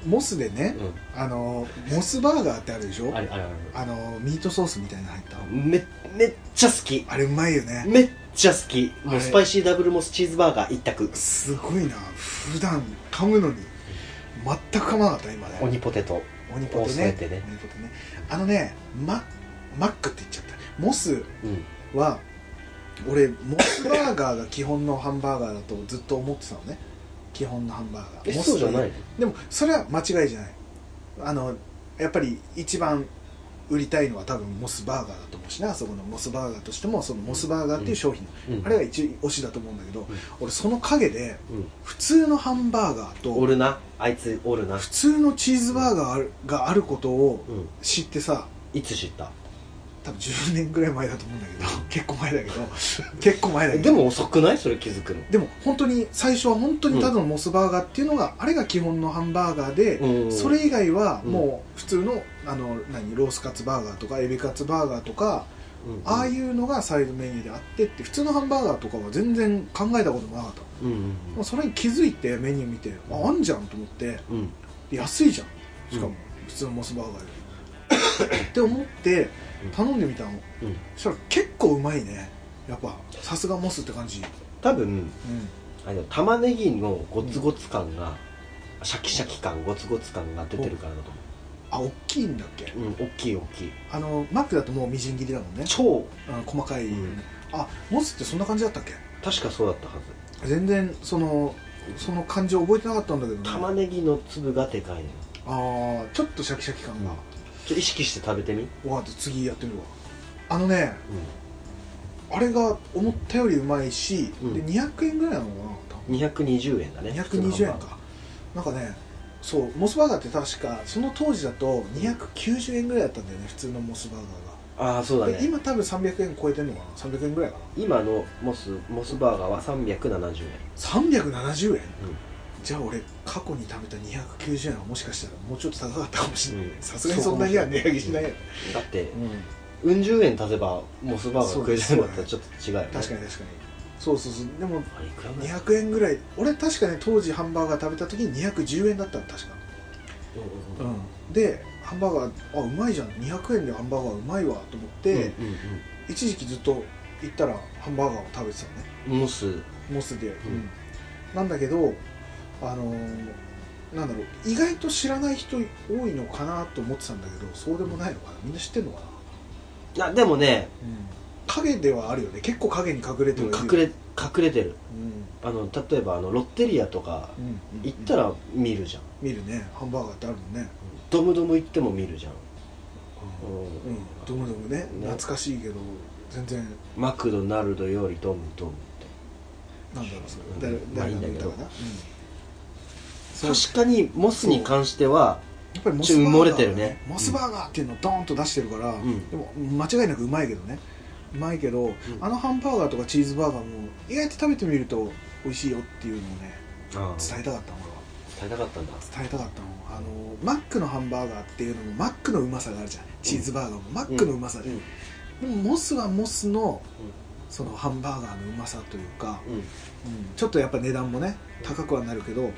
モスでね、うあのモスバーガーってあるでしょん、あれあれあれあのミートソースみたいなの入っためめっちゃ好きあれうまいよねめっちゃ好きあれもうスパイシーダブルモスチーズバーガー一択すごいな普段噛むのに全く噛まなかった今ね鬼ポテト鬼ポをテ添えねてね鬼ポテねあのねママックって言っちゃったモスうんは俺モスバーガーが基本のハンバーガーだとずっと思ってたのね基本のハンバーガーえモそうスじゃないでもそれは間違いじゃないあのやっぱり一番売りたいのは多分モスバーガーだと思うしなそこのモスバーガーとしてもそのモスバーガーっていう商品、うんあれが一推しだと思うんだけど、ん俺その陰でうん普通のハンバーガーおとるなあいつおるな普通のチーズバーガーがあることをうん知ってさ、いつ知った多分10年ぐらい前だと思うんだけど結構前だけど結構前だけどでも遅くないそれ気づくのでも本当に最初は本当にただのモスバーガーっていうのが、あれが基本のハンバーガーで、うんそれ以外はもう普通のあの何ロースカツバーガーとかエビカツバーガーとか、うんああいうのがサイドメニューであってって普通のハンバーガーとかは全然考えたこともなかったうんうんもうそれに気づいてメニュー見てああんじゃんと思ってうんうんで安いじゃんしかも普通のモスバーガーよりって思って頼んでみたのうんそしたら結構うまいねやっぱさすがモスって感じ、う多分ん、あの玉ねぎのゴツゴツ感がシャキシャキ感ゴツゴツ感が出てるからだと思あ大きいんだっけううん大きい大きいあのマックだともうみじん切りだもんね超あ細かい、うんあモスってそんな感じだったっけ確かそうだったはず全然そのその感じ覚えてなかったんだけどね玉ねぎの粒がでかいのよああちょっとシャキシャキ感が、ちょっと意識して食べてみ、うん、わかった次やってみるわあのねあれが思ったよりうまいし、うんで200円ぐらいなのかな多分220円だね220円かなんかねそうモスバーガーって確かその当時だと290円ぐらいだったんだよね普通のモスバーガああそうだーが、でね今多分300円超えてんのかな300円ぐらいかな今のモスモスバーガーは370円370円、じゃあ俺過去に食べた290円はもしかしたらもうちょっと高かったかもしれないうんさすがにそんなには値上げしないよ、だってうんうん十円足せばモスバーガー食えるんだったらちょっと違うよね確かに確かにそうそうそうでもあれいくらぐらい200円ぐらい俺確かね当時ハンバーガー食べた時に210円だったの確かうんうんうんでハンバーガーあうまいじゃん200円でハンバーガーうまいわと思って、うん一時期ずっと行ったらハンバーガーを食べてたのねうんうんモスうんモスで、なんだけどあのーなんだろう意外と知らない人多いのかなと思ってたんだけどそうでもないのかなみんな知ってんのかな、あでもね影ではあるよね結構影に隠れてる隠れ隠れてるうんあの例えばあのロッテリアとかうんうん行ったら見るじゃん見るねハンバーガーってあるもんねドムドム行っても見るじゃん、う、うんうんん、どもどもねね懐かしいけど全然マクドナルドよりドムドムってなんだろうそれうん誰まあ誰がいいん見だたけかどな、うんそう確かにモスに関してはやっぱりモちょスっとバー埋もガれー、てるねモスバーガーっていうのをドーンと出してるから、んでも間違いなくうまいけどねうまいけど、あのハンバーガーとかチーズバーガーも意外と食べてみると美味しいよっていうのをねああ伝えたかったの俺は伝えたかったんだ伝えたかったのあのマックのハンバーガーっていうのもマックのうまさがあるじゃんチーズバーガーもマックのうまさで、うんでもモスはモスのうんそのハンバーガーのうまさというか、うんうんちょっとやっぱ値段もね高くはなるけど、う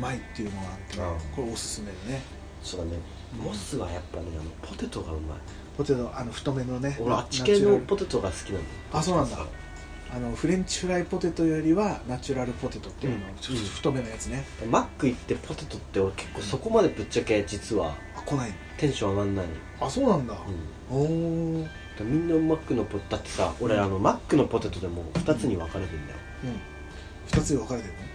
まいっていうのがあって、うんこれおすすめだねそうだねモスはやっぱねあのポテトがうまいポテトあの太めのね俺あっちナ系チュラのルポテトが好きなんだあそうなんだあのフレンチフライポテトよりはナチュラルポテトっていうの、うんちょっと太めのやつねマック行ってポテトって俺結構そこまでぶっちゃけ実はあ来ないテンション上がんないの、あそうなんだ、おおーだからみんなマックのポテトだってさ俺あのマックのポテトでも2つに分かれてんだよ、うん2つに分かれてるのうん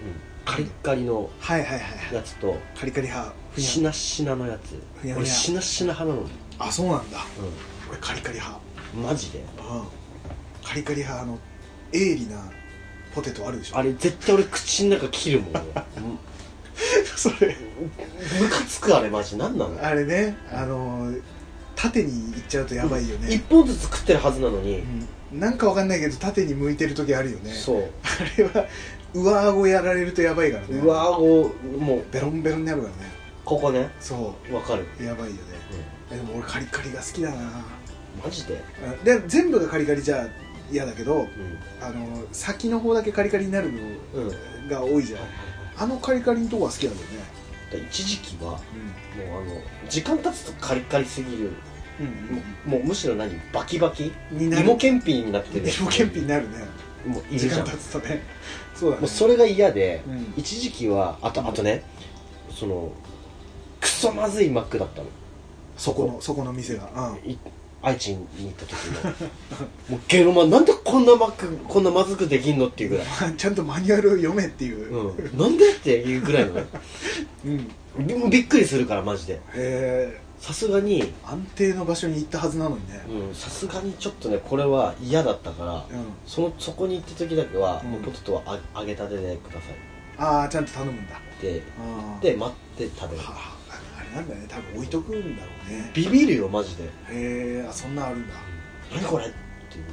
カリッカリのはいはいはいはやいつとカリカリ派ふしにゃなしなのやつふにゃふにゃ俺しなしな派なのね、あそうなんだ俺カリカリ派うん、マジでうんカリカリ派あの鋭利なポテトあるでしょあれ絶対俺口の中切る (laughs) もん俺うん (laughs) それムカつくあれマジ何なのあれねあのー縦にいっちゃうとやばいよ一ね、本ずつ食ってるはずなのに、うん、なんかわかんないけど縦に向いてる時あるよねそうあれは上顎やられるとやばいからねうわ顎もうベロンベロンになるからねここねそわかる、うやばいよねえでも俺カリカリが好きだなマジで、あで全部がカリカリじゃ嫌だけどうあの先の方だけカリカリになるのんうん、が多いじゃんあのカリカリのとこは好きなんだよね一時期はもうあの時間経つとカリカリすぎるうんもうもうむしろ何バキバキになる芋けんぴになってる芋けんぴになるねもういる時じ間ゃん経つとねそうだねもうそれが嫌で、うん一時期はあとあとねそのクソまずいマックだったのそこのそこの店がうんい愛知に行った時の (laughs) もうゲロマンなんでこんなマックこんなまずくできんのっていうぐらい、まあちゃんと (laughs) マニュアルを読めっていううん、なんでっていうぐらいのうんへびもうびっくりするからマジでえさすがに安定の場所に行ったはずなのにねうんさすがにちょっとねこれは嫌だったから、うんそのそこに行った時だけは、うんもうポテトはあ揚げたてでくださいああちゃんと頼むんだってあーで待って食べるはああれなんだね多分置いとくんだろうねビビるよマジでへえあそんなんあるんだ何これっていう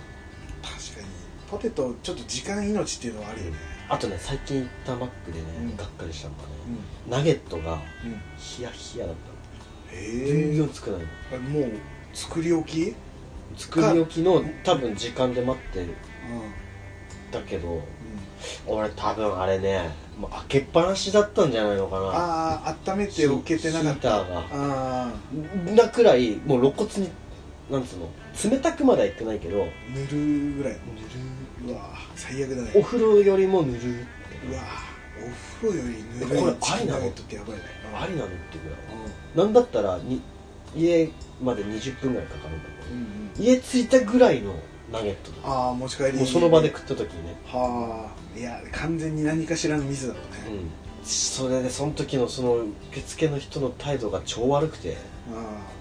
確かにポテトちょっと時間命っていうのはあるよねあとね最近行ったマックでね、うんがっかりしたのがね、ナゲットがうんうんヒヤヒヤだったの全へ然作らないのえもう作り置き作り置きの多分時間で待ってたけどうん俺多分あれねもう開けっぱなしだったんじゃないのかなああ温めておけてなかっヒたーターがああなくらいもう露骨になんつうの冷たくまでは行ってないけど塗るぐらいぬるうわ最悪だねお風呂よりもぬるってうわお風呂よりぬるいこれチキンナゲットありなのってやばいねありなのってぐらいうんなんだったらに家まで20分ぐらいかかるんだけうんうんど家着いたぐらいのナゲットとかああ持ち帰りもうその場で食った時にね、はあいや完全に何かしらのミスだろうね、うん、それでその時のその受付の人の態度が超悪くて、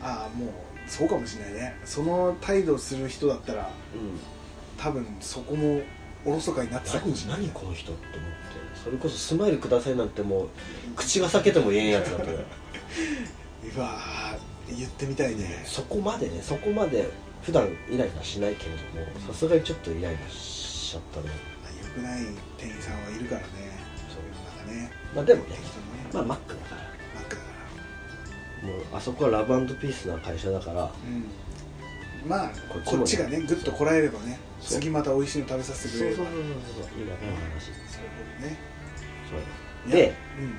あーあーもうそうかもしれないねその態度する人だったらうん、多分そこもおろそかになってたかもしれ何ない何この人って思ってそれこそスマイルくださいなんてもう口が裂けても言えんやつだ (laughs) ったからうわあ言ってみたいねそこまでねそこまで普段イライラしないけれどもさすがにちょっとイライラしちゃったね良くない店員さんはいるからねそそういうのがねまあでもね適当まにねあマックだからマックだかもうあそこはラブピースな会社だかららうんまあこっちもねこっちがねグッとこらえればねそう次また美味しいの食べさせてくれればそういいなこの話そういうことねそうよいやでうん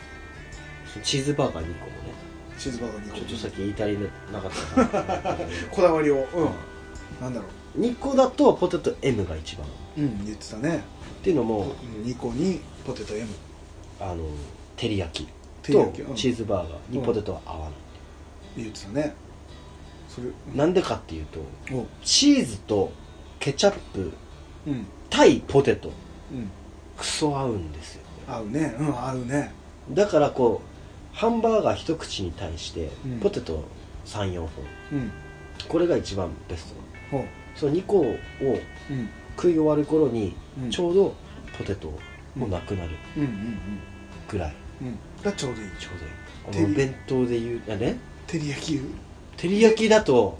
そのチーズバーガー2個もねチーズバーガーちょっ2とさっき言い足りなかったから個こだわりをうんなんだろ2個だとポテト M が一番っううん言ってたねていうのも2個にポテト M あの照り焼き照りと焼きうんチーズバーガーにうんポテトは合わない、言ってたねそれなんでかっていうとおチーズとケチャップうん対ポテトうんクソ合うんですよ合うねうん合うねだからこうハンバーガー一口に対してうんポテト34本うんこれが一番ベストおうその2個をうん食い終わる頃にうんちょうどポテトもなくなるうんうんぐらいうんうんがちょうどいいちょう照りどいいお弁当で言うあね照り焼きうん照り焼きだと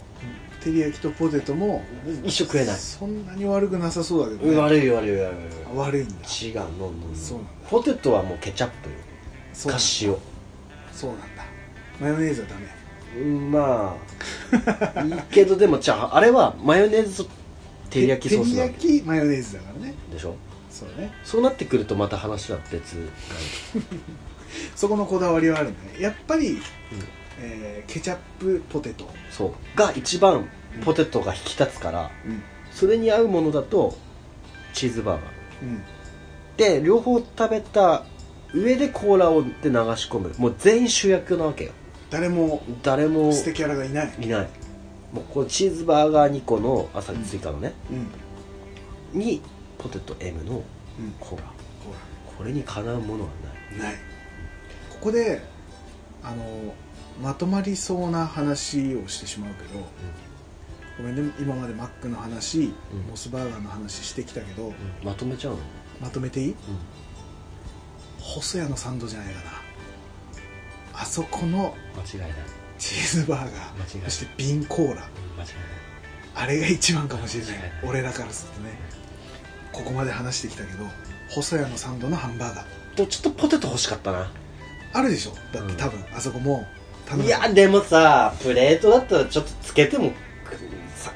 照り焼きとポテトも一緒食えないそんなに悪くなさそうだけど、うんね、悪い悪い悪い悪い悪いんだ違うのんのんのんそうなんだポテトはもうケチャップそうなかんだ塩そうなんだマヨネーズはダメうんまあ (laughs) いいけどでもじゃああれはマヨネーズと照り焼きソースなん照り焼きマヨネーズだからねでしょそうねそうなってくるとまた話は別なんだそこのこだわりはあるんだねやっぱり、うんえーケチャップポテトそうが一番ポテトが引き立つからうんそれに合うものだとチーズバーガーうんで両方食べた上でコーラをで流し込むもう全員主役なわけよ誰も誰も捨てキャラがいないいないもうこのチーズバーガー2個の朝うん追加のね、うんうんにポテト M のコーラほこれにかなうものはないらないここであのまとまりそうな話をしてしまうけど、ごめんね今までマックの話、うんモスバーガーの話してきたけど、まとめちゃうの、まとめていい細谷のサンドじゃないかなあそこの間違いないチーズバーガ間違いーないそして瓶コーラ間違いあれが一番かもしれない間違いない俺らからするとねここまで話してきたけど細谷のサンドのハンバーガーないとちょっとポテト欲しかったなあるでしょだってうん多分、あそこも頼むいやでもさプレートだったらちょっとつけてもさ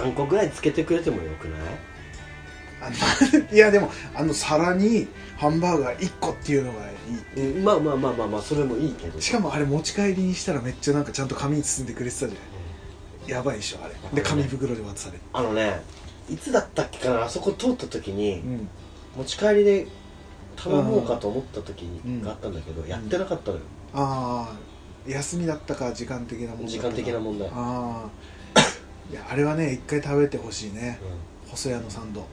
3個ぐらいつけてくれてもよくないあの (laughs) いやでもあの皿にハンバーガー1個っていうのがいいうんまあまあまあまあまあそれもいいけどしかもあれ持ち帰りにしたらめっちゃなんかちゃんと紙に包んでくれてたじゃないやばいでしょあれで紙袋で渡されるあのねいつだったっけかなあそこ通った時にうん持ち帰りで頼もうかと思った時にうんがあったんだけど、やってなかったのよ、ああ休みだったか時間的なもんだ時間的な問題、うんああいやあれはね一回食べてほしいね細谷のサンド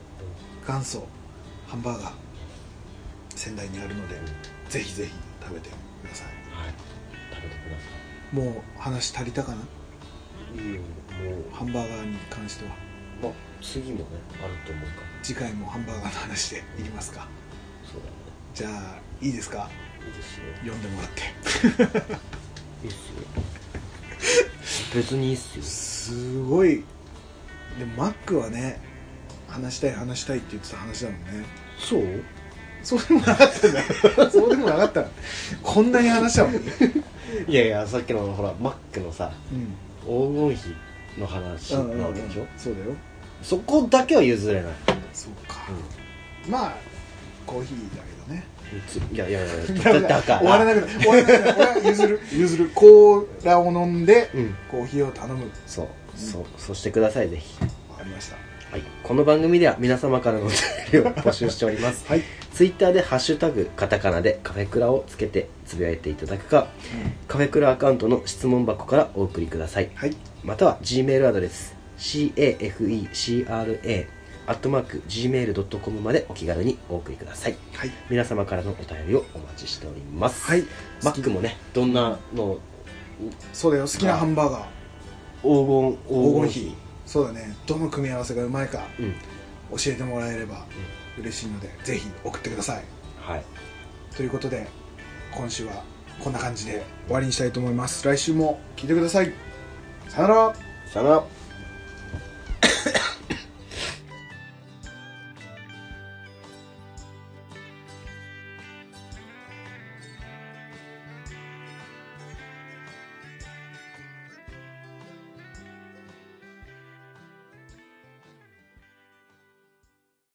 元祖ハンバーガー仙台にあるのでぜひぜひ食べてくださいはい食べてくださもう話足りたかないいいよもうハンバーガーに関してはまあ、次もねあると思うから次回もハンバーガーの話でいきますかそうだじゃあいいですかねいいですよ読んでもらっていいっすよ別にいいっすよすごいでもマックはね話したい話したいって言ってた話だもんねそうそうでもなかったんだそうでもなかったこんなに話したもんねいやいやさっきのほらマックのさうん黄金比の話うなんうんわうんけでしょ、そうだよそこだけは譲れない、そうか、まあコーヒーだけどねうん、いやいやいやダメだか (laughs) ら終わらなくなる終わらなくなる俺は譲る譲るコーラを飲んでうんコーヒーを頼むそう、そうそうしてくださいぜひわかりましたはい、この番組では皆様からのお便りを募集しております (laughs) はい、ツイッターで「ハッシュタグカタカナ」でカフェクラをつけてつぶやいていただくかカフェクラアカウントの質問箱からお送りくださいはいまたは G メールアドレス cafecra アットマーク gmail.com までお気軽にお送りくださいはい皆様からのお便りをお待ちしておりますはいマックもねどんなのそうだよ好きなハンバーガー黄金黄金比そうだねどの組み合わせがうまいかうん教えてもらえれば嬉しいのでぜひ送ってくださいはいということで今週はこんな感じで終わりにしたいと思います来週も聞いてくださいさよならさよなら